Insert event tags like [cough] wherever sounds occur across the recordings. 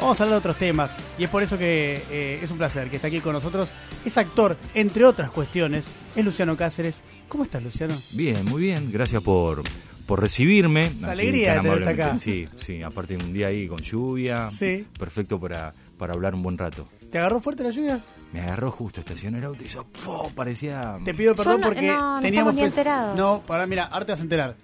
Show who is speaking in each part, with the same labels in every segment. Speaker 1: Vamos a hablar de otros temas y es por eso que eh, es un placer que está aquí con nosotros. Es actor, entre otras cuestiones, es Luciano Cáceres. ¿Cómo estás, Luciano?
Speaker 2: Bien, muy bien. Gracias por, por recibirme.
Speaker 1: La alegría
Speaker 2: tan
Speaker 1: de tenerte
Speaker 2: amablemente.
Speaker 1: acá.
Speaker 2: Sí, sí. Aparte de un día ahí con lluvia.
Speaker 1: Sí.
Speaker 2: Perfecto para, para hablar un buen rato.
Speaker 1: ¿Te agarró fuerte la lluvia?
Speaker 2: Me agarró justo, estacionó el auto y hizo... ¡fo! Parecía... mm,
Speaker 1: Te pido
Speaker 3: Yo
Speaker 1: perdón
Speaker 3: no-
Speaker 1: porque
Speaker 3: no, no
Speaker 1: teníamos
Speaker 3: estamos ni
Speaker 1: pens-
Speaker 3: enterados.
Speaker 1: No, para mira, ahora te vas a enterar.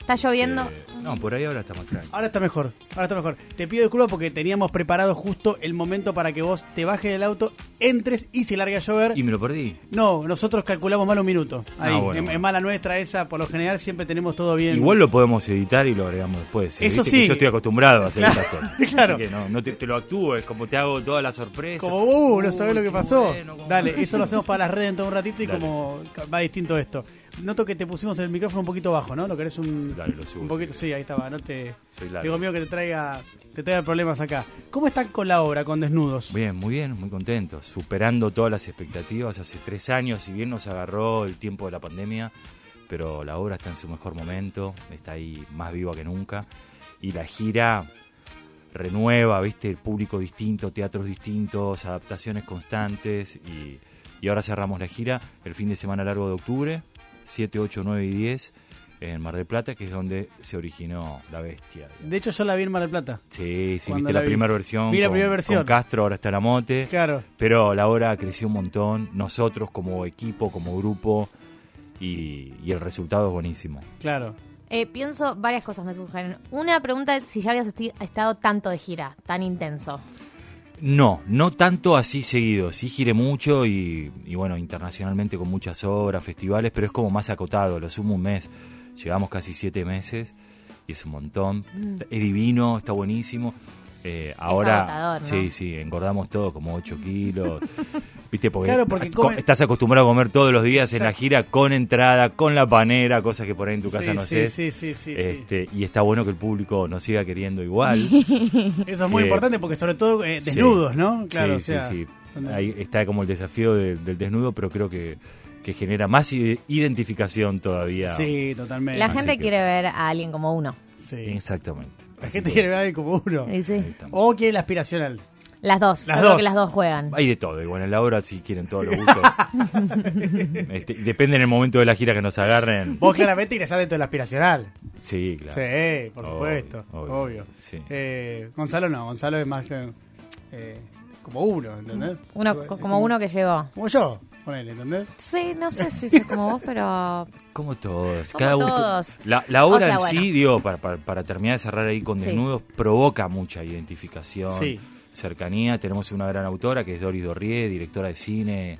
Speaker 3: Está lloviendo.
Speaker 2: eh, no, por ahí ahora está más tranquilo.
Speaker 1: Ahora está mejor, ahora está mejor. Te pido disculpas porque teníamos preparado justo el momento para que vos te bajes del auto, entres y se larga a llover.
Speaker 2: Y me lo perdí.
Speaker 1: No, nosotros calculamos mal un minuto. Ahí,
Speaker 2: Ah, bueno,
Speaker 1: en,
Speaker 2: bueno.
Speaker 1: en mala nuestra esa, por lo general siempre tenemos todo bien.
Speaker 2: Igual lo podemos editar y lo agregamos después. ¿eh?
Speaker 1: Eso
Speaker 2: Viste que
Speaker 1: sí.
Speaker 2: yo estoy acostumbrado a hacer
Speaker 1: Claro,
Speaker 2: esas
Speaker 1: [laughs]
Speaker 2: cosas.
Speaker 1: claro.
Speaker 2: Así que no, no te, te lo actúo, es como te hago toda la sorpresa.
Speaker 1: Como vos, no
Speaker 2: Uy,
Speaker 1: sabés lo que
Speaker 2: qué
Speaker 1: pasó.
Speaker 2: bueno, cómo- [laughs]
Speaker 1: Dale, eso lo hacemos para las redes en todo un ratito y
Speaker 2: Dale.
Speaker 1: como va distinto esto. Noto que te pusimos el micrófono un poquito bajo, ¿no? ¿Lo querés un,
Speaker 2: Dale, lo subo,
Speaker 1: un poquito? Sí, ahí estaba, no te...
Speaker 2: Soy largo.
Speaker 1: Tengo miedo que te traiga, te traiga problemas acá. ¿Cómo están con la obra, con Desnudos?
Speaker 2: Bien, muy bien, muy contento, superando todas las expectativas. Hace tres años, si bien nos agarró el tiempo de la pandemia, pero la obra está en su mejor momento, está ahí más viva que nunca. Y la gira renueva, viste, el público distinto, teatros distintos, adaptaciones constantes. Y, y ahora cerramos la gira el fin de semana largo de octubre, 7, 8, 9 y 10, en Mar del Plata, que es donde se originó la bestia. digamos.
Speaker 1: De hecho, yo la vi en Mar del Plata.
Speaker 2: Sí, sí,
Speaker 1: Cuando
Speaker 2: viste
Speaker 1: la
Speaker 2: la,
Speaker 1: vi.
Speaker 2: primera versión.
Speaker 1: Vi la
Speaker 2: con-
Speaker 1: primera
Speaker 2: con
Speaker 1: versión.
Speaker 2: Castro, ahora está la mote.
Speaker 1: Claro.
Speaker 2: Pero la obra creció un montón, nosotros como equipo, como grupo, y, y el resultado es buenísimo.
Speaker 1: Claro.
Speaker 3: Eh, pienso, varias cosas me surgen. Una pregunta es si ya habías esti- estado tanto de gira, tan intenso.
Speaker 2: No, no tanto así seguido, sí giré mucho y, y bueno, internacionalmente con muchas obras, festivales, pero es como más acotado, lo sumo un mes, llevamos casi siete meses y es un montón,
Speaker 1: Mm.
Speaker 2: es divino, está buenísimo. Eh, ahora
Speaker 3: agotador, ¿no?
Speaker 2: sí, sí, engordamos todo como 8
Speaker 1: [laughs]
Speaker 2: kilos. ¿Viste? Porque,
Speaker 1: Claro, porque
Speaker 2: co-
Speaker 1: comen-
Speaker 2: estás acostumbrado a comer todos los días en la
Speaker 1: Exacto.
Speaker 2: gira con entrada, con la panera, cosas que por ahí en tu casa
Speaker 1: Sí,
Speaker 2: no
Speaker 1: sí,
Speaker 2: sé.
Speaker 1: sí, sí, sí, sí.
Speaker 2: Este, Y está bueno que el público nos siga
Speaker 1: [laughs]
Speaker 2: queriendo igual.
Speaker 1: Eso es muy
Speaker 2: Que-
Speaker 1: importante porque sobre todo eh, desnudos,
Speaker 2: Sí.
Speaker 1: ¿no? Claro,
Speaker 2: sí,
Speaker 1: o sea,
Speaker 2: sí, sí.
Speaker 1: donde-
Speaker 2: Ahí está como el desafío de- del desnudo, pero creo que, que genera más ide- identificación todavía.
Speaker 1: Sí, totalmente.
Speaker 3: La
Speaker 2: así
Speaker 3: gente
Speaker 2: que-
Speaker 3: quiere ver a alguien como uno.
Speaker 1: Sí.
Speaker 2: Exactamente.
Speaker 1: La
Speaker 2: Así
Speaker 1: gente
Speaker 2: que
Speaker 1: quiere ver a alguien como uno.
Speaker 3: Y
Speaker 2: ahí
Speaker 3: sí.
Speaker 2: estamos.
Speaker 1: O quiere el aspiracional.
Speaker 3: Las dos.
Speaker 1: Las
Speaker 3: yo creo
Speaker 1: dos.
Speaker 3: que las dos juegan.
Speaker 2: Hay de todo, y bueno, en la obra si quieren todos
Speaker 1: [laughs]
Speaker 2: los gustos. Este, depende en el momento de la gira que nos agarren.
Speaker 1: Vos claramente ingresás dentro del aspiracional.
Speaker 2: Sí, claro.
Speaker 1: Sí, por
Speaker 2: Obvio,
Speaker 1: supuesto, obvio.
Speaker 2: obvio, sí.
Speaker 1: Eh, Gonzalo no, Gonzalo es más que, eh, como uno, ¿entendés?
Speaker 3: Uno,
Speaker 1: Es
Speaker 3: co- como uno que llegó.
Speaker 1: Como yo, ponele, ¿entendés?
Speaker 3: Sí, no sé si soy como vos, pero
Speaker 2: Como todos,
Speaker 3: Como
Speaker 2: cada uno.
Speaker 3: todos.
Speaker 2: La, la obra
Speaker 3: O sea,
Speaker 2: en sí,
Speaker 3: bueno.
Speaker 2: digo, para, para- para terminar de cerrar ahí con
Speaker 3: Sí.
Speaker 2: desnudos, provoca mucha identificación,
Speaker 1: Sí.
Speaker 2: cercanía. Tenemos una gran autora que es Doris Dorrié, directora de cine,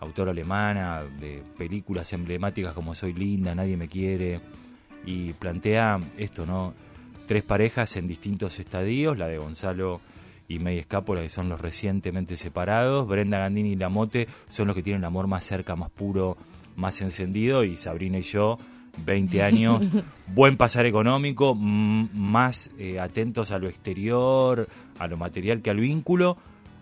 Speaker 2: autora alemana, de películas emblemáticas como Soy Linda, Nadie Me Quiere. Y plantea esto, ¿no? Tres parejas en distintos estadios, la de Gonzalo y May Escápola, que son los recientemente separados. Brenda Gandini y Lamote son los que tienen el amor más cerca, más puro, más encendido. Y Sabrina y yo, 20 años, buen pasar económico, m- más eh, atentos a lo exterior, a lo material que al vínculo.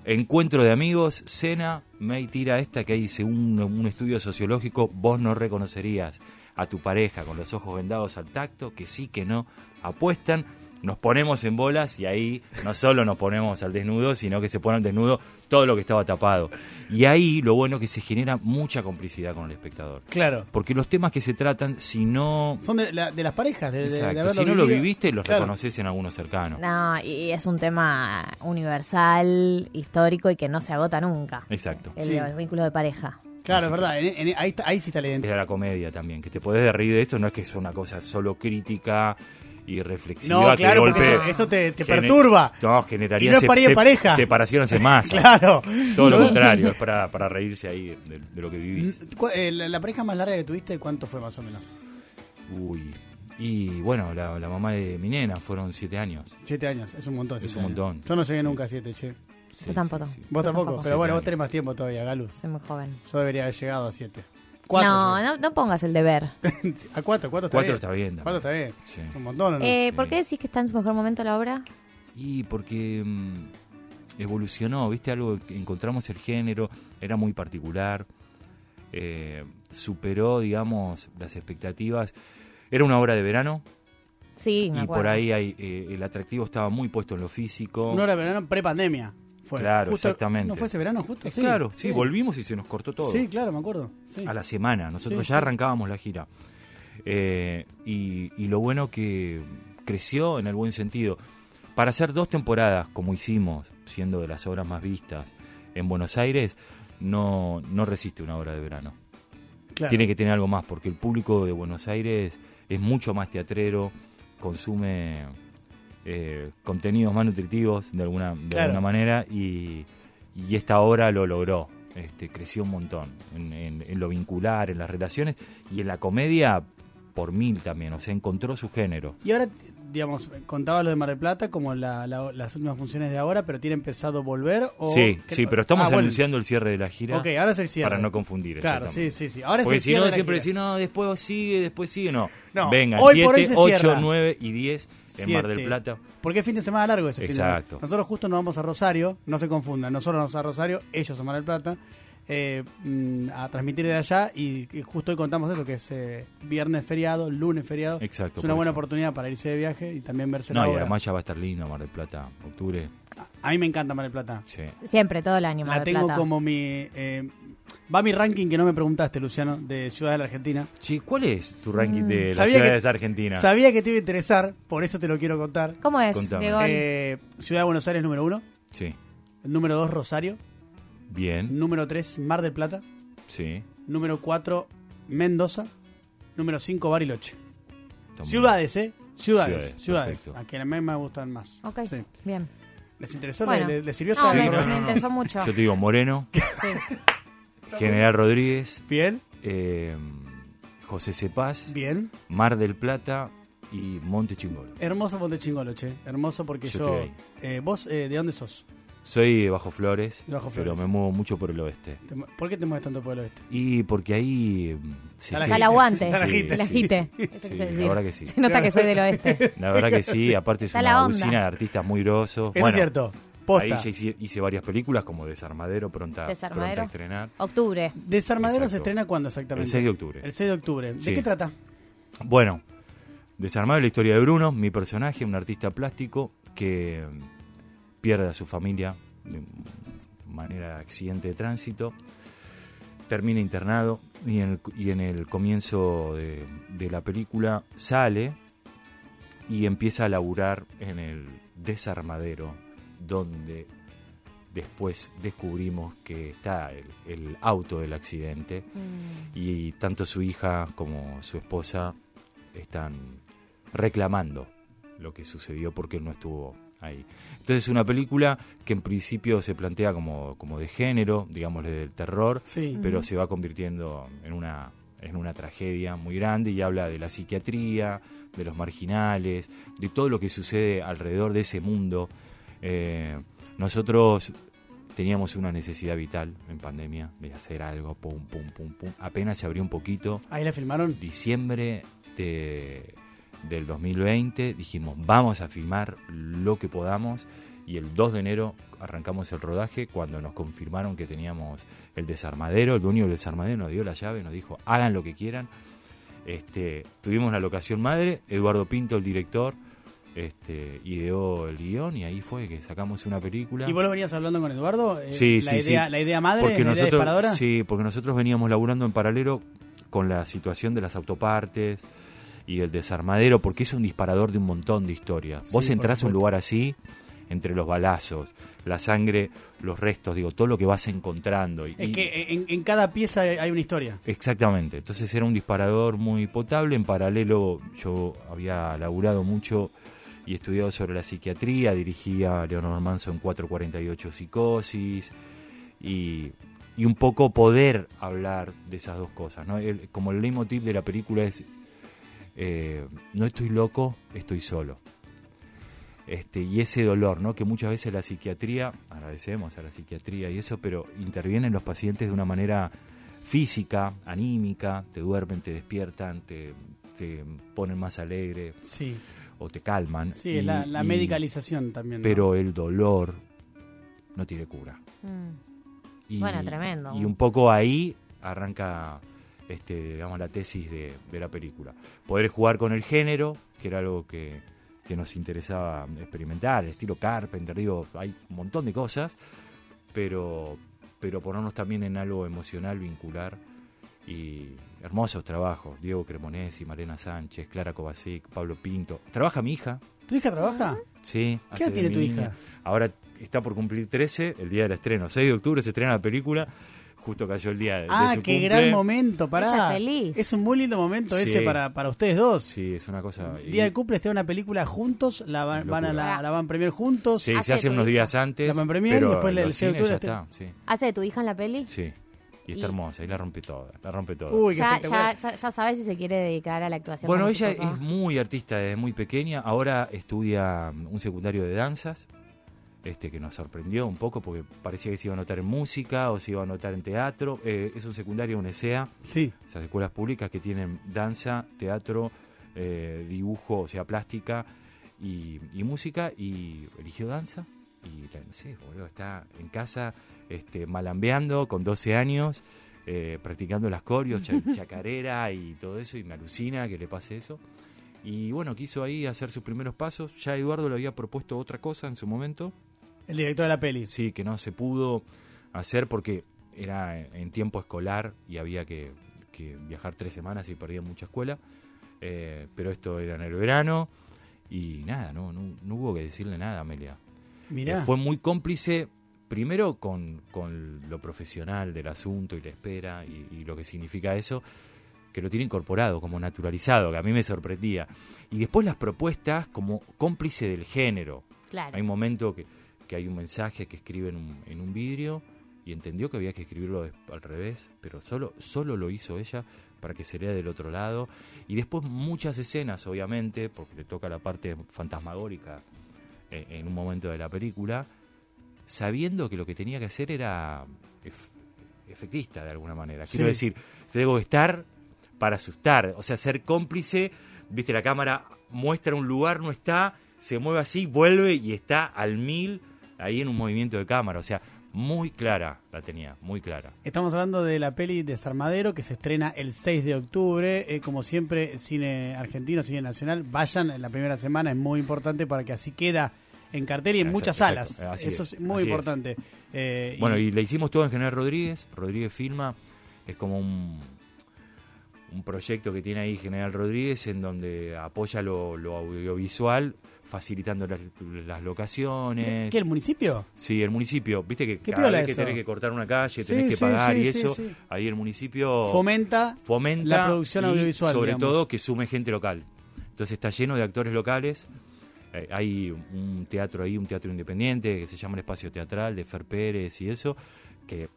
Speaker 2: Encuentro de amigos, cena, May tira esta que hay según un estudio sociológico, vos no reconocerías a tu pareja con los ojos vendados al tacto, que sí, que no, apuestan, nos ponemos en bolas y ahí no solo nos ponemos al desnudo, sino que se pone al desnudo todo lo que estaba tapado. Y ahí lo bueno es que se genera mucha complicidad con el espectador.
Speaker 1: Claro.
Speaker 2: Porque los temas que se tratan, si no...
Speaker 1: Son de, la- de las parejas, de, de- de
Speaker 2: Exacto,
Speaker 1: haberlo
Speaker 2: si no lo
Speaker 1: vivido.
Speaker 2: viviste, los
Speaker 1: Claro.
Speaker 2: reconoces en alguno cercano.
Speaker 3: no, y- y es un tema universal, histórico y que no se agota nunca.
Speaker 2: Exacto.
Speaker 3: El,
Speaker 1: Sí.
Speaker 3: el vínculo de pareja.
Speaker 1: Claro, es verdad, en- en- ahí, está- ahí sí está la
Speaker 2: Es [laughs]
Speaker 1: identidad.
Speaker 2: de la comedia también, que te podés reír de esto, no es que es una cosa solo crítica y reflexiva.
Speaker 1: No,
Speaker 2: que de
Speaker 1: claro, porque
Speaker 2: golpe
Speaker 1: eso, eso te, te
Speaker 2: gene-
Speaker 1: perturba.
Speaker 2: No, generaría
Speaker 1: Y no es
Speaker 2: se-
Speaker 1: para ir
Speaker 2: se-
Speaker 1: pareja. [laughs]
Speaker 2: separación hace más.
Speaker 1: Claro.
Speaker 2: Todo lo
Speaker 1: No- [laughs]
Speaker 2: contrario, es para, para reírse ahí de, de lo que vivís.
Speaker 1: ¿Cu- eh, la, la pareja más larga que tuviste, ¿cuánto fue más o menos?
Speaker 2: Uy. Y bueno, la, la mamá de mi nena fueron siete años.
Speaker 1: Siete años, es un montón.
Speaker 2: Es
Speaker 1: siete
Speaker 2: un
Speaker 1: años.
Speaker 2: montón.
Speaker 1: Yo no llegué nunca a siete, che.
Speaker 2: Sí,
Speaker 3: Yo tampoco.
Speaker 2: sí, sí.
Speaker 1: Vos
Speaker 3: Yo
Speaker 1: tampoco,
Speaker 3: tampoco.
Speaker 1: pero bueno,
Speaker 2: Siete
Speaker 1: vos
Speaker 2: años.
Speaker 1: tenés más tiempo todavía, Galus.
Speaker 3: Soy muy joven.
Speaker 1: Yo debería haber llegado a siete. Cuatro,
Speaker 3: No, ¿eh?
Speaker 1: yo-
Speaker 3: no, no pongas el deber.
Speaker 1: [laughs] A cuatro, cuatro está
Speaker 2: Cuatro
Speaker 1: bien.
Speaker 2: está bien también.
Speaker 1: Cuatro está bien.
Speaker 2: Sí.
Speaker 1: Es un montón, ¿o ¿no?
Speaker 3: Eh, ¿Por qué decís que está en su mejor momento la obra?
Speaker 2: Y porque mm, evolucionó, ¿viste? Algo que encontramos el género, era muy particular, eh, superó, digamos, las expectativas. Era una obra de verano,
Speaker 3: Sí, me
Speaker 2: y
Speaker 3: acuerdo.
Speaker 2: por ahí hay, eh, el atractivo estaba muy puesto en lo físico.
Speaker 1: Una hora de verano pre-pandemia. Fue.
Speaker 2: Claro,
Speaker 1: Justo-
Speaker 2: exactamente.
Speaker 1: ¿No fue ese verano justo?
Speaker 2: Eh, Claro, sí, volvimos y se nos cortó todo.
Speaker 1: Sí, claro, me acuerdo. Sí.
Speaker 2: a la semana. Nosotros
Speaker 1: Sí,
Speaker 2: ya
Speaker 1: sí.
Speaker 2: arrancábamos la gira. Eh, y, y lo bueno que creció en el buen sentido. Para hacer dos temporadas, como hicimos, siendo de las obras más vistas en Buenos Aires, no, no resiste una obra de verano.
Speaker 1: Claro.
Speaker 2: Tiene que tener algo más, porque el público de Buenos Aires es mucho más teatrero, consume eh, contenidos más nutritivos de alguna, de
Speaker 1: Claro.
Speaker 2: alguna manera, y, y esta obra lo logró. Este, creció un montón en, en- en lo vincular, en las relaciones y en la comedia por mil también, o sea, encontró su género.
Speaker 1: Y ahora, digamos, contaba lo de Mar del Plata como la- la- las últimas funciones de ahora, pero tiene empezado a volver o...
Speaker 2: sí,
Speaker 1: que-
Speaker 2: sí, pero estamos
Speaker 1: Oh, Ah, vuelve.
Speaker 2: anunciando el cierre de la gira
Speaker 1: Ok, ahora es el cierre.
Speaker 2: para no confundir.
Speaker 1: Claro, sí,
Speaker 2: exactamente.
Speaker 1: sí, sí. Ahora
Speaker 2: Porque
Speaker 1: es el
Speaker 2: si
Speaker 1: cierre
Speaker 2: no,
Speaker 1: de la
Speaker 2: siempre
Speaker 1: gira.
Speaker 2: decís, no, después sigue, después sigue. No,
Speaker 1: No,
Speaker 2: venga,
Speaker 1: hoy por hoy
Speaker 2: 7,
Speaker 1: se
Speaker 2: 8,
Speaker 1: cierra.
Speaker 2: 9 y 10 en Mar del
Speaker 1: Siete.
Speaker 2: Plata.
Speaker 1: Porque es fin de semana largo ese fin de semana.
Speaker 2: Exacto.
Speaker 1: Nosotros justo nos vamos a Rosario, no se confundan, nosotros nos vamos a Rosario, ellos a Mar del Plata, eh, mm, a transmitir de allá y, y justo hoy contamos eso, que es eh, viernes feriado, lunes feriado.
Speaker 2: Exacto,
Speaker 1: Es una
Speaker 2: por
Speaker 1: buena
Speaker 2: eso.
Speaker 1: oportunidad para irse de viaje y también verse
Speaker 2: No,
Speaker 1: la
Speaker 2: y
Speaker 1: obra.
Speaker 2: además ya va a estar lindo Mar del Plata, octubre.
Speaker 1: A mí me encanta Mar del Plata.
Speaker 2: Sí.
Speaker 3: Siempre, todo el año. Mar
Speaker 1: La
Speaker 3: del
Speaker 1: tengo
Speaker 3: Plata.
Speaker 1: como mi... eh, va mi ranking que no me preguntaste, Luciano, de Ciudad de la Argentina.
Speaker 2: Che, ¿cuál es tu ranking de las
Speaker 1: Sabía que-
Speaker 2: ciudades argentinas?
Speaker 1: Sabía que te iba a interesar, por eso te lo quiero contar.
Speaker 3: ¿Cómo es?
Speaker 2: Contame.
Speaker 3: De gol.
Speaker 1: Eh, Ciudad de Buenos Aires número uno,
Speaker 2: Sí,
Speaker 1: número dos Rosario,
Speaker 2: bien,
Speaker 1: número tres Mar del Plata,
Speaker 2: sí.
Speaker 1: número 4 Mendoza, número 5 Bariloche.
Speaker 2: está muy
Speaker 1: Ciudades, ¿eh? Ciudades,
Speaker 2: Ciudades,
Speaker 1: ciudades.
Speaker 2: perfecto.
Speaker 1: a que a mí me gustan más.
Speaker 3: ok,
Speaker 1: Sí.
Speaker 3: bien.
Speaker 1: ¿Les interesó?
Speaker 3: Bueno.
Speaker 1: ¿Le- ¿Les, sirvió
Speaker 3: no,
Speaker 1: saber?
Speaker 3: me,
Speaker 2: Sí, no,
Speaker 3: me
Speaker 2: no, no.
Speaker 3: interesó mucho.
Speaker 2: bien. Yo te digo [laughs] Moreno,
Speaker 3: Sí.
Speaker 2: General Rodríguez,
Speaker 1: Bien,
Speaker 2: eh, José Cepaz,
Speaker 1: bien.
Speaker 2: Mar del Plata y Monte Chingolo.
Speaker 1: Hermoso Ponte Chingoloche. ¿eh? Hermoso porque
Speaker 2: Yo
Speaker 1: yo.
Speaker 2: estoy
Speaker 1: eh, ¿Vos eh, de dónde sos?
Speaker 2: Soy de Bajo Flores,
Speaker 1: De Bajo
Speaker 2: pero
Speaker 1: Flores.
Speaker 2: me muevo mucho por el oeste.
Speaker 1: ¿Te mu- ¿Por qué te mueves tanto por el oeste?
Speaker 2: Y porque ahí... mm, se
Speaker 1: Está la
Speaker 3: Está
Speaker 2: gen-
Speaker 3: el aguante.
Speaker 1: Está la
Speaker 2: Sí,
Speaker 1: gente.
Speaker 3: La
Speaker 2: sí,
Speaker 3: gente.
Speaker 2: sí.
Speaker 3: Eso
Speaker 2: Sí,
Speaker 3: quise
Speaker 2: la
Speaker 3: decir.
Speaker 2: verdad que sí.
Speaker 3: Se nota que soy del
Speaker 1: [laughs]
Speaker 3: oeste.
Speaker 2: La verdad que sí, aparte es
Speaker 3: Está la
Speaker 2: una
Speaker 3: onda.
Speaker 2: usina de artistas muy grosos.
Speaker 1: Eso es
Speaker 2: Bueno,
Speaker 1: cierto. Posta.
Speaker 2: Ahí ya hice, hice varias películas como Desarmadero, pronta,
Speaker 3: Desarmadero.
Speaker 2: pronta a estrenar.
Speaker 3: Octubre.
Speaker 1: Desarmadero se
Speaker 2: Exacto.
Speaker 1: estrena cuándo exactamente?
Speaker 2: El 6 de octubre.
Speaker 1: El 6 de octubre. ¿De
Speaker 2: Sí.
Speaker 1: qué trata?
Speaker 2: Bueno, Desarmado es la historia de Bruno, mi personaje, un artista plástico que mm, pierde a su familia de manera de accidente de tránsito, termina internado y en el, y en el comienzo de, de la película sale y empieza a laburar en el desarmadero donde después descubrimos que está el- el auto del accidente
Speaker 3: Mm,
Speaker 2: y tanto su hija como su esposa están reclamando lo que sucedió porque él no estuvo ahí. Entonces es una película que en principio se plantea como, como de género, digamos del terror,
Speaker 1: Sí.
Speaker 2: pero se va convirtiendo en una, en una tragedia muy grande y habla de la psiquiatría, de los marginales, de todo lo que sucede alrededor de ese mundo. Eh, nosotros teníamos una necesidad vital en pandemia de hacer algo, pum, pum, pum, pum. Apenas se abrió un poquito,
Speaker 1: Ahí la filmaron.
Speaker 2: diciembre de- del 2020 dijimos vamos a filmar lo que podamos y el 2 de enero arrancamos el rodaje cuando nos confirmaron que teníamos el desarmadero, el dueño del desarmadero nos dio la llave, nos dijo hagan lo que quieran. Este, tuvimos la locación madre, Eduardo Pinto el director este, ideó el guión y ahí fue que sacamos una película.
Speaker 1: ¿Y vos lo venías hablando con Eduardo? Eh,
Speaker 2: Sí,
Speaker 1: la
Speaker 2: sí, sí.
Speaker 1: idea, ¿La idea madre?
Speaker 2: Porque
Speaker 1: ¿La idea
Speaker 2: nosotros,
Speaker 1: disparadora?
Speaker 2: Sí, porque nosotros veníamos laburando en paralelo con la situación de las autopartes y el desarmadero, porque es un disparador de un montón de historias.
Speaker 1: Sí,
Speaker 2: Vos
Speaker 1: por
Speaker 2: entrás a un
Speaker 1: supuesto.
Speaker 2: lugar así, entre los balazos, la sangre, los restos, digo, todo lo que vas encontrando. Y,
Speaker 1: Es que eh, en, en cada pieza hay una historia.
Speaker 2: Exactamente, entonces era un disparador muy potable, en paralelo yo había laburado mucho y estudiado sobre la psiquiatría, dirigía a Leonor Manson 448 Psicosis y, y un poco poder hablar de esas dos cosas, ¿no? El- como el leitmotiv de la película es, eh, no estoy loco, estoy solo. Este, y ese dolor, ¿no? Que muchas veces la psiquiatría, agradecemos a la psiquiatría y eso, pero intervienen los pacientes de una manera física, anímica, te duermen, te despiertan, te, te ponen más alegre
Speaker 1: Sí,
Speaker 2: o te calman.
Speaker 1: sí,
Speaker 2: Y-
Speaker 1: es la, la
Speaker 2: y-
Speaker 1: medicalización también. ¿no?
Speaker 2: Pero el dolor no tiene cura.
Speaker 3: mm.
Speaker 2: Y,
Speaker 3: Bueno, tremendo.
Speaker 2: Y un poco ahí arranca este, digamos, la tesis de, de la película. Poder jugar con el género, que era algo que, que nos interesaba experimentar, el estilo Carpenter, digo, hay un montón de cosas, pero, pero ponernos también en algo emocional, vincular, y hermosos trabajos, Diego Cremonesi, Marena Sánchez, Clara Kovacic, Pablo Pinto, trabaja mi hija,
Speaker 1: ¿Tu hija
Speaker 2: Eh,
Speaker 1: trabaja?
Speaker 2: sí.
Speaker 1: ¿Qué
Speaker 2: hace
Speaker 1: edad
Speaker 2: de
Speaker 1: tiene
Speaker 2: mi
Speaker 1: tu
Speaker 2: niña.
Speaker 1: hija?
Speaker 2: Ahora está por cumplir 13, el día del estreno, 6 de octubre se estrena la película, justo cayó el día de, de
Speaker 1: Ah,
Speaker 2: su
Speaker 1: qué
Speaker 2: cumple.
Speaker 1: gran momento, pará.
Speaker 3: Ella feliz.
Speaker 1: Es un muy lindo momento
Speaker 2: Sí.
Speaker 1: ese para, para ustedes dos.
Speaker 2: Sí, es una cosa...
Speaker 1: Día
Speaker 2: y-
Speaker 1: de cumple, esté una película juntos, la van, van a la,
Speaker 3: Locura.
Speaker 1: la van a premiar juntos.
Speaker 2: Sí,
Speaker 3: Hace
Speaker 2: se hace
Speaker 3: tu
Speaker 2: unos
Speaker 3: hija.
Speaker 2: días antes.
Speaker 1: La van a premiar y
Speaker 2: pero
Speaker 1: después
Speaker 2: en
Speaker 1: la- el
Speaker 2: los
Speaker 1: 6 de
Speaker 2: cines ya
Speaker 1: octubre
Speaker 2: está, sí.
Speaker 3: ¿Hace de tu hija en la peli?
Speaker 2: Sí. Y está
Speaker 3: Y-
Speaker 2: hermosa, y la rompe toda, la rompe toda.
Speaker 1: Uy, qué
Speaker 3: Ya, ya,
Speaker 1: espectacular.
Speaker 3: ya, ya sabes si se quiere dedicar a la actuación.
Speaker 2: bueno,
Speaker 3: como
Speaker 2: ella
Speaker 3: su papá.
Speaker 2: es muy artista desde muy pequeña, ahora estudia mm, un secundario de danzas, este que nos sorprendió un poco porque parecía que se iba a notar en música o se iba a notar en teatro. Eh, es un secundario, un E ESEA,
Speaker 1: Sí,
Speaker 2: esas escuelas públicas que tienen danza, teatro, eh, dibujo, o sea, plástica y, y música, y eligió danza. Y la- no sé, boludo, está en casa este, malambeando con 12 años, eh, practicando las corios, cha- chacarera y todo eso, y me alucina que le pase eso. Y bueno, quiso ahí hacer sus primeros pasos. Ya Eduardo le había propuesto otra cosa en su momento,
Speaker 1: el director de la peli.
Speaker 2: Sí, que no se pudo hacer porque era en- en tiempo escolar y había que, que viajar tres semanas y perdía mucha escuela. Eh, pero esto era en el verano y nada, no, no, no hubo que decirle nada, Amelia.
Speaker 1: Mirá.
Speaker 2: Eh, Fue muy cómplice, primero con, con lo profesional del asunto y la espera y, y lo que significa eso, que lo tiene incorporado, como naturalizado, que a mí me sorprendía. Y después las propuestas como cómplice del género.
Speaker 3: Claro.
Speaker 2: Hay un momento que, que hay un mensaje que escribe en un, en un vidrio y entendió que había que escribirlo des- al revés, pero solo, solo lo hizo ella para que se lea del otro lado. Y después muchas escenas, obviamente, porque le toca la parte fantasmagórica eh, en un momento de la película, sabiendo que lo que tenía que hacer era ef- efectista de alguna manera. Quiero
Speaker 1: Sí.
Speaker 2: decir, tengo que estar para asustar, o sea, ser cómplice, viste, la cámara muestra un lugar, no está, se mueve así, vuelve y está al mil ahí en un movimiento de cámara, o sea, muy clara la tenía, muy clara.
Speaker 1: Estamos hablando de la peli Desarmadero que se estrena el 6 de octubre. Eh, como siempre, cine argentino, cine nacional. Vayan en la primera semana, es muy importante para que así queda en cartel y en
Speaker 2: Exacto,
Speaker 1: muchas
Speaker 2: exacto.
Speaker 1: salas.
Speaker 2: Eh, así
Speaker 1: Eso
Speaker 2: es,
Speaker 1: es muy
Speaker 2: así es.
Speaker 1: importante. Eh,
Speaker 2: Bueno, y le hicimos todo en General Rodríguez. Rodríguez Filma es como un, un proyecto que tiene ahí General Rodríguez en donde apoya lo, lo audiovisual, facilitando las, las locaciones.
Speaker 1: ¿Qué, el municipio?
Speaker 2: Sí, el municipio. Viste que
Speaker 1: Qué
Speaker 2: cada
Speaker 1: piola
Speaker 2: vez que
Speaker 1: eso.
Speaker 2: tenés que cortar una calle,
Speaker 1: Sí,
Speaker 2: tenés que
Speaker 1: sí,
Speaker 2: pagar
Speaker 1: sí,
Speaker 2: y
Speaker 1: sí,
Speaker 2: eso,
Speaker 1: sí.
Speaker 2: ahí el municipio
Speaker 1: Fomenta,
Speaker 2: fomenta
Speaker 1: la producción
Speaker 2: y
Speaker 1: audiovisual.
Speaker 2: sobre
Speaker 1: digamos.
Speaker 2: todo que sume gente local. Entonces está lleno de actores locales. Eh, hay un teatro ahí, un teatro independiente que se llama el Espacio Teatral de Fer Pérez y eso, que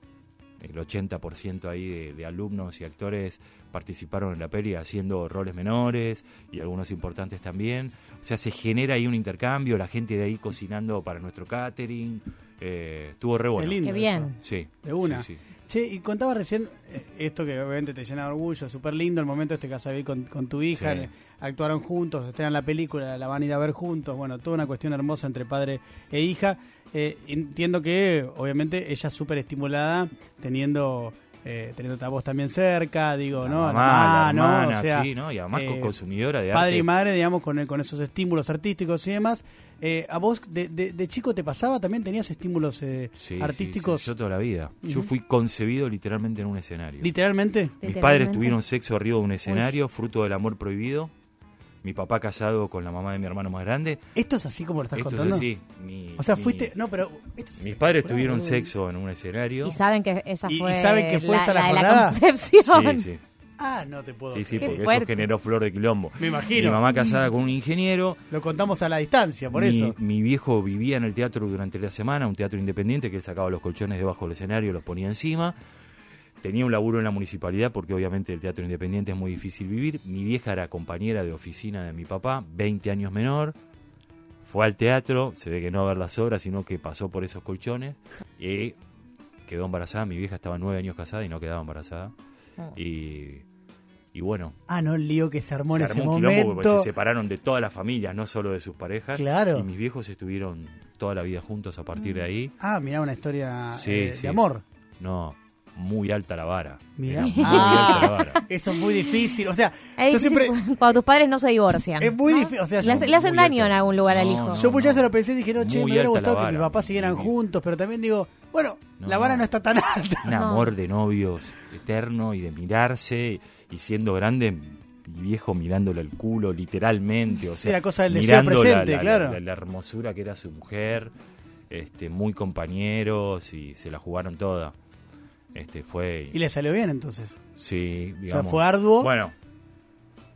Speaker 2: el 80% ahí de, de alumnos y actores participaron en la peli haciendo roles menores y algunos importantes también. O sea, se genera ahí un intercambio, la gente de ahí cocinando para nuestro catering. Eh, estuvo re bueno.
Speaker 1: Es lindo
Speaker 3: Qué bien.
Speaker 1: eso.
Speaker 2: Sí.
Speaker 1: De una.
Speaker 2: sí, sí.
Speaker 1: Che, y contaba recién eh, esto que obviamente te llena de orgullo, súper lindo el momento este que has vivido con, con tu hija,
Speaker 2: Sí.
Speaker 1: eh, actuaron juntos, estrenan la película, la van a ir a ver juntos, bueno, toda una cuestión hermosa entre padre e hija. Eh, entiendo que obviamente ella es súper estimulada teniendo... Eh, teniendo a vos también cerca, digo,
Speaker 2: La
Speaker 1: ¿no? A la mamá,
Speaker 2: mamá, la
Speaker 1: ¿no?
Speaker 2: hermana,
Speaker 1: O sea,
Speaker 2: sí, ¿no? Y además
Speaker 1: eh,
Speaker 2: con consumidora de
Speaker 1: padre
Speaker 2: arte.
Speaker 1: y madre, digamos, con, con esos estímulos artísticos y demás. Eh, ¿A vos de, de- de chico te pasaba también? ¿Tenías estímulos eh,
Speaker 2: Sí, sí,
Speaker 1: artísticos
Speaker 2: sí, yo toda la vida. Yo fui concebido literalmente en un escenario.
Speaker 1: literalmente?
Speaker 2: Mis padres
Speaker 3: Literalmente.
Speaker 2: tuvieron sexo arriba de un escenario, fruto del amor prohibido. Mi papá casado con la mamá de mi hermano más grande.
Speaker 1: ¿Esto es así como lo estás
Speaker 2: Esto es
Speaker 1: contando?
Speaker 2: así. Mi-
Speaker 1: O sea,
Speaker 2: mi-
Speaker 1: fuiste. No, pero. esto es
Speaker 2: Mis padres
Speaker 1: espectacular,
Speaker 2: tuvieron
Speaker 1: boludo.
Speaker 2: sexo en un escenario.
Speaker 3: Y saben que esa
Speaker 1: Y- y
Speaker 3: fue,
Speaker 1: saben que fue
Speaker 3: la,
Speaker 1: esa la
Speaker 3: de
Speaker 1: jornada.
Speaker 3: concepción.
Speaker 2: Sí, sí.
Speaker 1: Ah, no te puedo.
Speaker 2: Sí, sí,
Speaker 1: creer.
Speaker 3: Qué
Speaker 2: porque eso
Speaker 3: fuerte.
Speaker 2: generó flor de quilombo.
Speaker 1: Me imagino.
Speaker 2: Mi mamá casada con un ingeniero.
Speaker 1: Lo contamos a la distancia, por
Speaker 2: mi,
Speaker 1: eso.
Speaker 2: mi viejo vivía en el teatro durante la semana, un teatro independiente que él sacaba los colchones debajo del escenario, los ponía encima. Tenía un laburo en la municipalidad porque obviamente el teatro independiente es muy difícil vivir. Mi vieja era compañera de oficina de mi papá, 20 años menor. Fue al teatro, se ve que no a ver las obras, sino que pasó por esos colchones y quedó embarazada. Mi vieja estaba nueve años casada y no quedaba embarazada. Y, y bueno,
Speaker 1: Ah, no, el lío que se armó en
Speaker 2: se
Speaker 1: ese
Speaker 2: armó un quilombo porque
Speaker 1: momento.
Speaker 2: se separaron de todas las familias, no solo de sus parejas.
Speaker 1: Claro.
Speaker 2: Y mis viejos estuvieron toda la vida juntos a partir de ahí.
Speaker 1: Ah, mirá, una historia
Speaker 2: Sí,
Speaker 1: eh,
Speaker 2: sí.
Speaker 1: de amor.
Speaker 2: No, muy alta la vara.
Speaker 1: Mirá.
Speaker 2: Era muy
Speaker 1: Ah.
Speaker 2: alta la vara.
Speaker 1: Eso es muy difícil. O sea,
Speaker 3: Es
Speaker 1: yo
Speaker 3: difícil
Speaker 1: siempre.
Speaker 3: cu- cuando tus padres no se divorcian.
Speaker 1: Es muy difícil. O sea,
Speaker 3: le,
Speaker 1: yo,
Speaker 3: hace- le hacen
Speaker 2: muy
Speaker 3: daño
Speaker 2: alto.
Speaker 3: en algún lugar al
Speaker 2: No,
Speaker 3: hijo.
Speaker 2: no,
Speaker 1: yo muchas veces lo pensé y dije, no, che, me
Speaker 2: Muy
Speaker 1: hubiera
Speaker 2: alta la
Speaker 1: gustado que mis
Speaker 2: vara.
Speaker 1: papás siguieran
Speaker 2: Muy-
Speaker 1: juntos, pero también digo, bueno,
Speaker 2: No.
Speaker 1: la vara no está tan alta.
Speaker 2: Un
Speaker 3: No.
Speaker 2: amor de novios eterno y de mirarse y siendo grande mi viejo mirándole el culo literalmente, o sea,
Speaker 1: Era cosa del deseo
Speaker 2: mirando la-
Speaker 1: presente,
Speaker 2: la, la-
Speaker 1: claro.
Speaker 2: la- la hermosura que era su mujer, este, muy compañeros y se la jugaron toda. Este fue
Speaker 1: Y le salió bien entonces.
Speaker 2: sí, digamos.
Speaker 1: fue arduo.
Speaker 2: Bueno.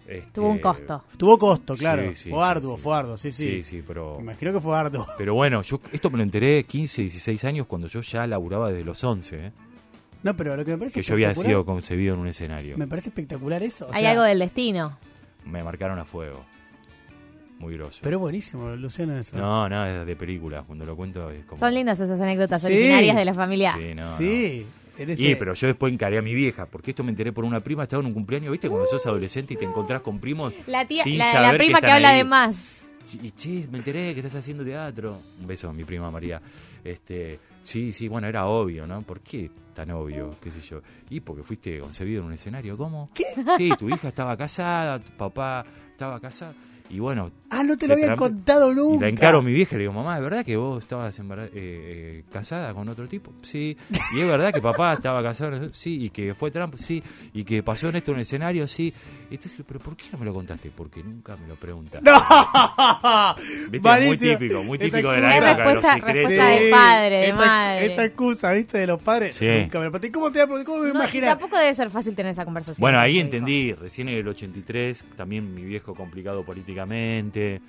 Speaker 2: este,
Speaker 3: Tuvo un costo.
Speaker 1: Tuvo costo, claro.
Speaker 2: Sí, sí,
Speaker 1: fue
Speaker 2: sí,
Speaker 1: arduo,
Speaker 2: sí.
Speaker 1: fue arduo, sí, sí.
Speaker 2: Sí, sí, pero
Speaker 1: Me imagino que fue arduo. [laughs]
Speaker 2: pero bueno, yo esto me lo enteré 15, 16 años cuando yo ya laburaba desde los 11, ¿eh?
Speaker 1: No, pero lo que me parece
Speaker 2: que yo había
Speaker 1: espectacular-
Speaker 2: sido concebido en un escenario.
Speaker 1: Me parece espectacular eso. o
Speaker 3: Hay
Speaker 1: sea,
Speaker 3: algo del destino.
Speaker 2: me marcaron a fuego. Muy grosso.
Speaker 1: Pero buenísimo, Luciano, eso.
Speaker 2: no, no, es de películas. Cuando lo cuento es como.
Speaker 3: Son lindas esas anécdotas
Speaker 1: Sí.
Speaker 3: originarias de la familia.
Speaker 2: Sí, no, no.
Speaker 1: sí. eres,
Speaker 2: Y,
Speaker 1: eh,
Speaker 2: pero yo después encaré a mi vieja, porque esto me enteré por una prima, estaba en un cumpleaños, ¿viste? Cuando sos adolescente y te encontrás con primos.
Speaker 3: Uh. La, tía,
Speaker 2: sin
Speaker 3: la, la
Speaker 2: saber
Speaker 3: prima que,
Speaker 2: están
Speaker 3: habla
Speaker 2: ahí.
Speaker 3: de más.
Speaker 2: Ch- Y che, me enteré que estás haciendo teatro. Un beso a mi prima María. Este, sí, sí, bueno, era obvio, ¿no? ¿Por qué tan obvio? ¿Qué sé yo? Y porque fuiste concebido en un escenario. ¿Cómo? ¿Qué? Sí, tu hija estaba casada, tu papá estaba casado. Y bueno,
Speaker 1: Ah, no te
Speaker 2: se
Speaker 1: lo habían
Speaker 2: tra-
Speaker 1: contado
Speaker 2: Y
Speaker 1: nunca.
Speaker 2: la encaro a mi vieja y le digo, mamá, ¿es verdad que vos estabas embara- eh, eh, casada con otro tipo? Sí. ¿Y es verdad que papá estaba casado? Sí. ¿Y que fue Trump? Sí. ¿Y que pasó en esto en el escenario? Sí. Entonces, ¿pero por qué no me lo contaste? Porque nunca me lo preguntas.
Speaker 1: [laughs] ¡No!
Speaker 2: ¿Viste? Muy
Speaker 1: Buenísimo.
Speaker 2: típico, muy
Speaker 1: Esta
Speaker 2: típico de
Speaker 1: excusa-
Speaker 2: la época de los
Speaker 3: Respuesta- respuesta
Speaker 2: secretos.
Speaker 3: de padre, de
Speaker 1: esa,
Speaker 3: madre.
Speaker 1: Esa excusa, ¿viste? De los padres.
Speaker 2: Sí.
Speaker 1: Nunca me lo planteé. ¿Cómo te voy a preguntar? ¿Cómo me
Speaker 3: No, y
Speaker 1: imaginas?
Speaker 3: tampoco debe ser fácil tener esa conversación.
Speaker 2: Bueno,
Speaker 3: con
Speaker 2: ahí
Speaker 3: tu hijo.
Speaker 2: entendí. Recién en el 83, también mi viejo complicado políticamente,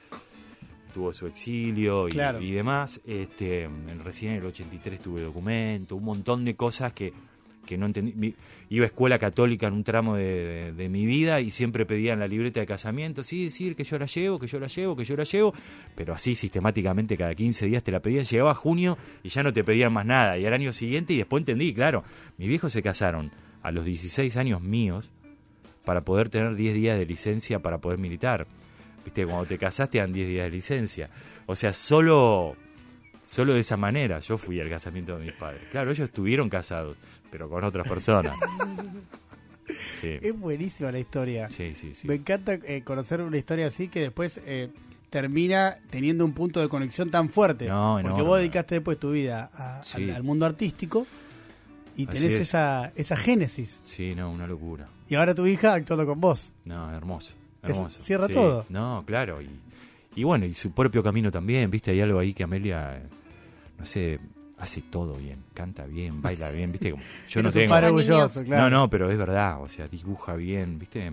Speaker 2: tuvo su exilio y,
Speaker 1: Claro.
Speaker 2: y demás. Este, en- recién en el 83 tuve documento, un montón de cosas que, que no entendí. Mi- iba a escuela católica en un tramo de, de- de mi vida y siempre pedían la libreta de casamiento. Sí, decir que yo la llevo, que yo la llevo, que yo la llevo. Pero así sistemáticamente cada 15 días te la pedían. Llegaba junio y ya no te pedían más nada. Y al año siguiente y después entendí, claro, mis viejos se casaron a los 16 años míos para poder tener 10 días de licencia para poder militar. Viste, cuando te casaste dan 10 días de licencia. O sea, solo, solo de esa manera yo fui al casamiento de mis padres. Claro, ellos estuvieron casados, pero con otras
Speaker 1: [laughs]
Speaker 2: personas. Sí,
Speaker 1: Es buenísima la historia.
Speaker 2: sí, sí. sí.
Speaker 1: Eh, Me encanta eh, conocer una historia así que después eh, termina teniendo un punto de conexión tan fuerte.
Speaker 2: No,
Speaker 1: porque
Speaker 2: enorme.
Speaker 1: vos dedicaste después tu vida a- al-
Speaker 2: Sí.
Speaker 1: al, mundo artístico y
Speaker 2: Así
Speaker 1: tenés
Speaker 2: es.
Speaker 1: esa, esa génesis.
Speaker 2: Sí, no, una locura.
Speaker 1: Y ahora tu hija actuando con vos.
Speaker 2: No, hermoso.
Speaker 1: Es-
Speaker 2: hermoso.
Speaker 1: cierra
Speaker 2: Sí.
Speaker 1: todo.
Speaker 2: No, claro. Y, y bueno, y su propio camino también, ¿viste? Hay algo ahí que Amelia, eh, no sé, hace todo bien. Canta bien, baila bien, ¿viste? Como, yo no
Speaker 1: Eres un
Speaker 2: tengo.
Speaker 1: padre
Speaker 3: Son
Speaker 1: orgulloso,
Speaker 3: niños.
Speaker 1: claro.
Speaker 2: No, no, pero es verdad, o sea, dibuja bien, ¿viste?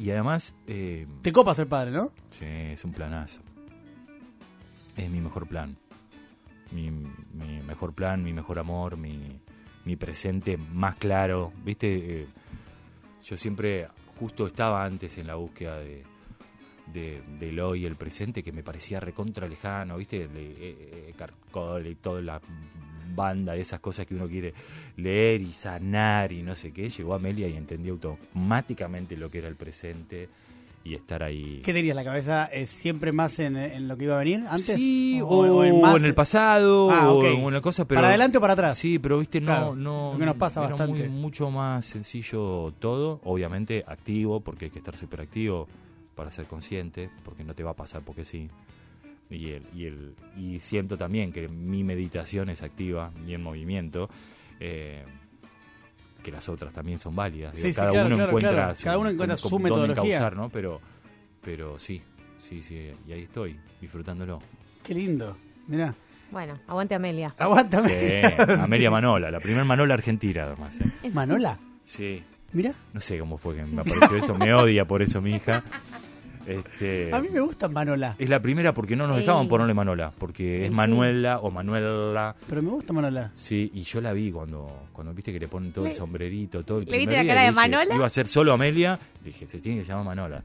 Speaker 2: Y además, eh,
Speaker 1: Te copas el padre, ¿no?
Speaker 2: sí, es un planazo. Es mi mejor plan. Mi, mi mejor plan, mi mejor amor, mi, mi presente más claro, ¿viste? Eh, yo siempre justo estaba antes en la búsqueda de, de, del hoy, el presente, que me parecía recontra lejano, ¿viste? Le- eh, eh, Carcol y toda la banda de esas cosas que uno quiere leer y sanar y no sé qué. Llegó Amelia y entendí automáticamente lo que era el presente y estar ahí.
Speaker 1: ¿Qué tenías? ¿La cabeza eh, siempre más en, en lo que iba a venir antes?
Speaker 2: Sí, o,
Speaker 1: en
Speaker 2: en,
Speaker 1: más-
Speaker 2: el pasado,
Speaker 1: Ah, ok.
Speaker 2: o en la cosa, pero...
Speaker 1: ¿Para adelante o para atrás?
Speaker 2: Sí, pero viste, no,
Speaker 1: Claro,
Speaker 2: no.
Speaker 1: lo que nos pasa
Speaker 2: era
Speaker 1: bastante.
Speaker 2: muy- mucho más sencillo todo. Obviamente activo, porque hay que estar súper activo para ser consciente, porque no te va a pasar porque sí. Y, el, y, el, y siento también que mi meditación es activa y en movimiento. eh, que las otras también son válidas.
Speaker 1: Sí,
Speaker 2: Digo,
Speaker 1: sí,
Speaker 2: cada,
Speaker 1: claro,
Speaker 2: uno
Speaker 1: claro,
Speaker 2: encuentra
Speaker 1: claro. Cada uno encuentra su
Speaker 2: dónde
Speaker 1: metodología.
Speaker 2: encauzar, ¿no? Pero, pero sí, sí, sí. Y ahí estoy,
Speaker 1: [laughs]
Speaker 2: disfrutándolo.
Speaker 1: Qué lindo. Mirá,
Speaker 3: Bueno, aguante Amelia.
Speaker 1: aguántame.
Speaker 2: Sí, Amelia Manola, la primera Manola argentina, además. ¿eh?
Speaker 1: [laughs] Manola,
Speaker 2: Sí.
Speaker 1: mirá.
Speaker 2: No sé cómo fue que me apareció eso, me odia por eso mi hija. Este,
Speaker 1: A mí me gusta Manola,
Speaker 2: Es la primera porque no nos
Speaker 3: Sí.
Speaker 2: dejaban ponerle Manola, porque es
Speaker 3: Sí.
Speaker 2: Manuela o Manuela.
Speaker 1: pero me gusta Manola.
Speaker 2: Sí, y yo la vi cuando, cuando viste que le ponen todo el
Speaker 3: Le-
Speaker 2: sombrerito, todo el
Speaker 3: ¿Le viste
Speaker 2: primer
Speaker 3: la
Speaker 2: día,
Speaker 3: cara
Speaker 2: y
Speaker 3: de
Speaker 2: dije,
Speaker 3: Manola?
Speaker 2: Iba a ser solo Amelia, y dije, se tiene que llamar Manola.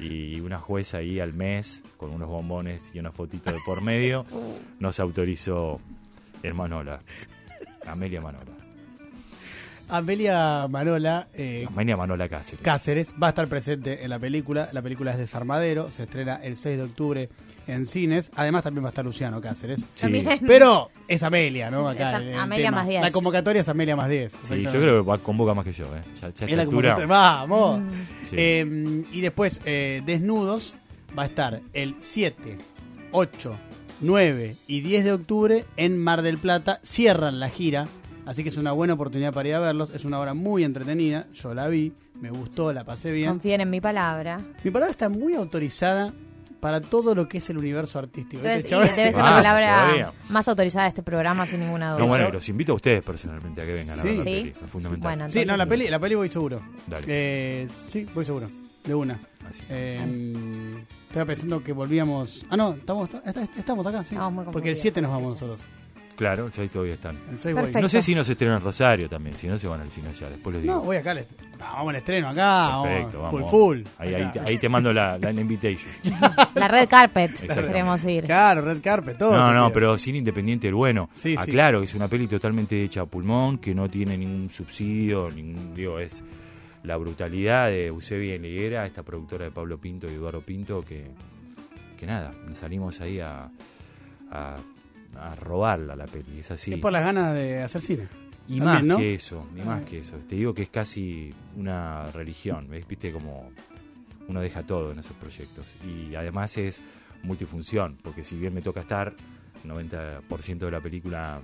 Speaker 2: Y una jueza ahí al mes, con unos bombones y una fotito de por
Speaker 3: [laughs]
Speaker 2: medio, nos autorizó el Manola. Amelia Manola.
Speaker 1: Amelia Manola eh,
Speaker 2: Amelia Manola Cáceres.
Speaker 1: Cáceres va a estar presente en la película. La película es Desarmadero, se estrena el 6 de octubre en cines. Además también va a estar Luciano Cáceres.
Speaker 2: Sí.
Speaker 3: También.
Speaker 1: Pero es Amelia, ¿no? Acá,
Speaker 3: Es a-
Speaker 1: el- el
Speaker 3: Amelia
Speaker 1: tema.
Speaker 3: más 10.
Speaker 1: La convocatoria es Amelia más 10.
Speaker 2: Sí, yo
Speaker 1: exactamente.
Speaker 2: creo que va- convoca más que yo, ¿eh? Ya, ya a
Speaker 1: Es
Speaker 2: esta
Speaker 1: la
Speaker 2: altura,
Speaker 1: convocatoria. ¡Vamos!
Speaker 3: Mm.
Speaker 2: Sí.
Speaker 1: Eh, y después, eh, desnudos, va a estar el 7, 8, 9 y 10 de octubre en Mar del Plata. Cierran la gira, así que es una buena oportunidad para ir a verlos. Es una obra muy entretenida, yo la vi, me gustó, la pasé bien.
Speaker 3: Confíen en mi palabra.
Speaker 1: Mi palabra está muy autorizada para todo lo que es el universo artístico.
Speaker 3: Entonces,
Speaker 1: Este
Speaker 3: y
Speaker 1: chabón-
Speaker 3: debe ser la
Speaker 2: Ah,
Speaker 3: palabra
Speaker 2: todavía.
Speaker 3: más autorizada de este programa, sin ninguna duda.
Speaker 2: No, bueno, los invito a ustedes personalmente a que vengan a
Speaker 1: Sí.
Speaker 2: ver la
Speaker 3: Sí.
Speaker 2: peli, es fundamental.
Speaker 3: Bueno,
Speaker 1: Sí, no, la peli, la peli voy seguro.
Speaker 2: Dale.
Speaker 1: Eh, sí, voy seguro. De una.
Speaker 2: Así está.
Speaker 1: Eh, estaba pensando que volvíamos. Ah, no, estamos, está- estamos acá, sí.
Speaker 3: Estamos muy
Speaker 1: Porque el
Speaker 3: confundidos
Speaker 1: 7 nos vamos
Speaker 3: con
Speaker 1: nosotros.
Speaker 2: Claro, el 6 todavía están.
Speaker 1: El 6
Speaker 3: Perfecto.
Speaker 1: voy.
Speaker 2: No sé si nos estrenan en Rosario también, si no se van al cine allá, después les digo.
Speaker 1: No, voy acá. al est- no, vamos al estreno acá.
Speaker 2: Perfecto,
Speaker 1: vamos,
Speaker 2: vamos.
Speaker 1: Ah, Full, full.
Speaker 2: Ahí, ahí,
Speaker 1: Acá.
Speaker 2: ahí te mando la, la
Speaker 1: [laughs]
Speaker 2: invitation.
Speaker 3: La red carpet
Speaker 2: Exactamente.
Speaker 3: queremos ir.
Speaker 1: Claro, red carpet, todo.
Speaker 2: No,
Speaker 1: te
Speaker 2: no,
Speaker 1: pido.
Speaker 2: pero cine independiente el bueno.
Speaker 1: Sí, sí.
Speaker 2: Aclaro, que es una peli totalmente hecha a pulmón, que no tiene ningún subsidio, ningún, digo, es la brutalidad de Eusebia Enliguera, esta productora de Pablo Pinto y Eduardo Pinto, que, que nada, salimos ahí a, a, a robarla la peli, es así.
Speaker 1: Es por las ganas de hacer cine.
Speaker 2: Y
Speaker 1: También,
Speaker 2: más
Speaker 1: ¿no?
Speaker 2: que eso, y más que eso. Te digo que es casi una religión, ¿ves? Viste como uno deja todo en esos proyectos. Y además es multifunción, porque si bien me toca estar 90% de la película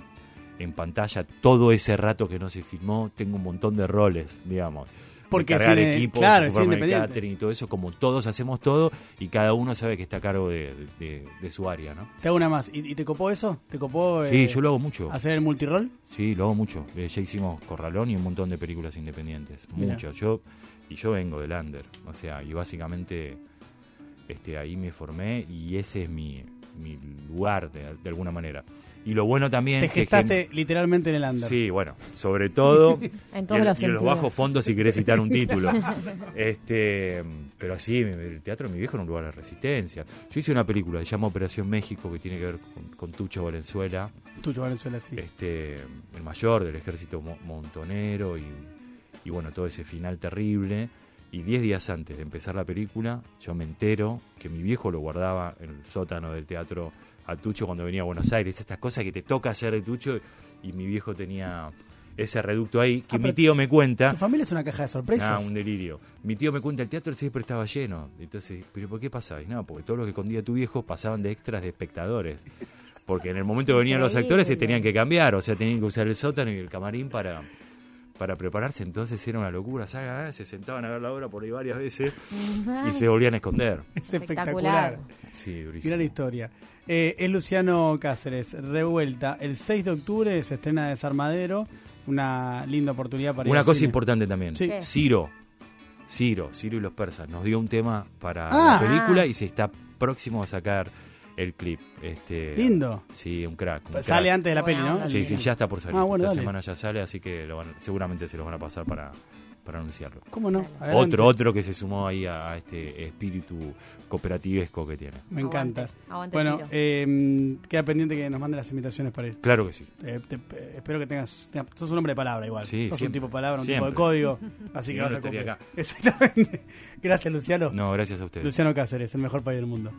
Speaker 2: en pantalla, todo ese rato que no se filmó, tengo un montón de roles, digamos. De
Speaker 1: Porque es
Speaker 2: cargar
Speaker 1: inde-
Speaker 2: equipos,
Speaker 1: claro, es
Speaker 2: ocuparme del
Speaker 1: independiente.
Speaker 2: catering y todo eso, como todos hacemos todo y cada uno sabe que está a cargo de, de- de su área, ¿no?
Speaker 1: Te hago una más. ¿Y, y te copó eso? ¿Te copó
Speaker 2: sí,
Speaker 1: eh,
Speaker 2: yo lo hago mucho.
Speaker 1: hacer el multirol?
Speaker 2: Sí, lo hago mucho. Eh, ya hicimos Corralón y un montón de películas independientes.
Speaker 1: Mirá.
Speaker 2: Muchas. Yo, y yo vengo del under. O sea, y básicamente este, ahí me formé y ese es mi, mi lugar de, de alguna manera. Y lo bueno también
Speaker 1: Te
Speaker 2: es que-
Speaker 1: gestaste literalmente en el under.
Speaker 2: Sí, bueno,
Speaker 1: [laughs]
Speaker 2: sobre todo.
Speaker 3: En
Speaker 2: y el- y
Speaker 3: todos los
Speaker 2: en los
Speaker 3: sentidos.
Speaker 2: bajos fondos si querés citar un título. este Pero así, el teatro de mi viejo era un lugar de resistencia. Yo hice una película que se llama Operación México, que tiene que ver con, con Tucho Valenzuela
Speaker 1: Tucho Valenzuela, sí.
Speaker 2: este, el mayor del ejército mo- montonero y, y bueno, todo ese final terrible. Y 10 días antes de empezar la película, yo me entero que mi viejo lo guardaba en el sótano del teatro a Tucho cuando venía a Buenos Aires. Estas cosas que te toca hacer de Tucho y mi viejo tenía ese reducto ahí que
Speaker 1: Ah,
Speaker 2: mi
Speaker 1: pero
Speaker 2: tío me cuenta.
Speaker 1: Tu familia es una caja de
Speaker 2: Ah,
Speaker 1: sorpresas.
Speaker 2: un delirio. Mi tío me cuenta, el teatro siempre estaba lleno. Entonces, ¿pero por qué pasabais? No, porque todo lo que escondía tu viejo pasaban de extras de espectadores. Porque en el momento que venían los actores se tenían que cambiar, o sea, tenían que usar el sótano y el camarín para, para prepararse. Entonces era una locura. Saga, se sentaban a ver la obra por ahí varias veces y se volvían a esconder.
Speaker 1: [laughs] es
Speaker 3: Espectacular.
Speaker 1: espectacular.
Speaker 2: Sí, durísimo.
Speaker 1: Gran historia. Eh, es Luciano Cáceres, Revuelta. El 6 de octubre se estrena Desarmadero. Una linda oportunidad para ir
Speaker 2: Una
Speaker 1: al
Speaker 2: cosa
Speaker 1: cine.
Speaker 2: importante también.
Speaker 1: Sí.
Speaker 3: ¿Qué?
Speaker 2: Ciro, Ciro, Ciro y los persas nos dio un tema para
Speaker 1: Ah.
Speaker 2: la película y se está próximo a sacar el clip. Este,
Speaker 1: Lindo.
Speaker 2: Sí, un crack. un
Speaker 1: Sale
Speaker 2: crack.
Speaker 1: antes de la
Speaker 3: Buena
Speaker 1: peli, ¿no?
Speaker 3: onda.
Speaker 2: Sí, sí, ya está por salir.
Speaker 1: Ah, bueno,
Speaker 2: Esta
Speaker 1: dale.
Speaker 2: semana ya sale, así que lo van- seguramente se los van a pasar para, para anunciarlo.
Speaker 1: ¿Cómo no? Adelante.
Speaker 2: Otro, otro que se sumó ahí a, a este espíritu cooperativesco que tiene.
Speaker 1: Me encanta.
Speaker 3: Aguante, aguante,
Speaker 1: bueno,
Speaker 3: Ciro.
Speaker 1: eh, queda pendiente que nos manden las invitaciones para ir.
Speaker 2: Claro que sí.
Speaker 1: Eh, te- eh, espero que tengas, tengas- Sos un hombre de palabra igual.
Speaker 2: Sí,
Speaker 1: sos un
Speaker 2: siempre.
Speaker 1: tipo de palabra, un tipo
Speaker 2: Siempre.
Speaker 1: de
Speaker 2: [laughs]
Speaker 1: código. Así
Speaker 2: Si
Speaker 1: que
Speaker 2: no,
Speaker 1: vas [laughs]
Speaker 2: no
Speaker 1: a cumplir.
Speaker 2: estaría acá.
Speaker 1: Exactamente. Gracias, Luciano.
Speaker 2: No, gracias a ustedes.
Speaker 1: Luciano Cáceres, el mejor país del mundo.